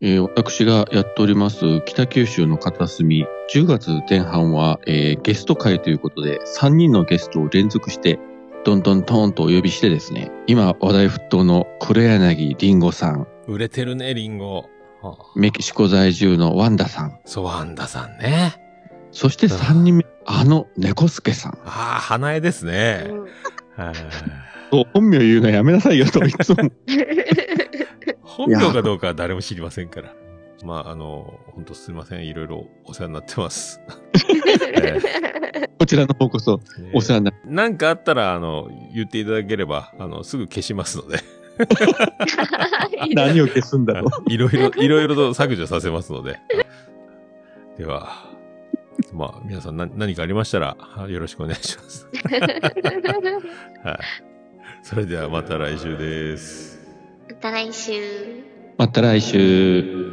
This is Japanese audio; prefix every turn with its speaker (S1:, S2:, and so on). S1: えー私がやっております北九州の片隅、10月前半は、えーゲスト会ということで、3人のゲストを連続して、どんどんトーンとお呼びしてですね、今話題沸騰の黒柳りんごさん、
S2: 売れてるね、リンゴ。はあ
S1: メキシコ在住のワンダさん、
S2: そう、アンダさんね。
S1: そして
S2: うん
S1: 3人目、あの猫助さん。
S2: ああ、花江です ね。はい
S1: 本名言うのやめなさいよと、いつも。
S2: 本名かどうかは誰も知りませんから。まあ、あの、本当すいません。いろいろお世話になって ます。
S1: こちらの方こそお世話になっ
S2: なんかあったら、あの、言っていただければ、あの、すぐ消しますので。
S1: て何を消すんだろう。
S2: いろいろ、いろいろと削除させますので。では、まあ、皆さんな何かありましたら、あよろしくお願いします。はい。 それではまた来週です。
S3: また来週。
S1: また来週。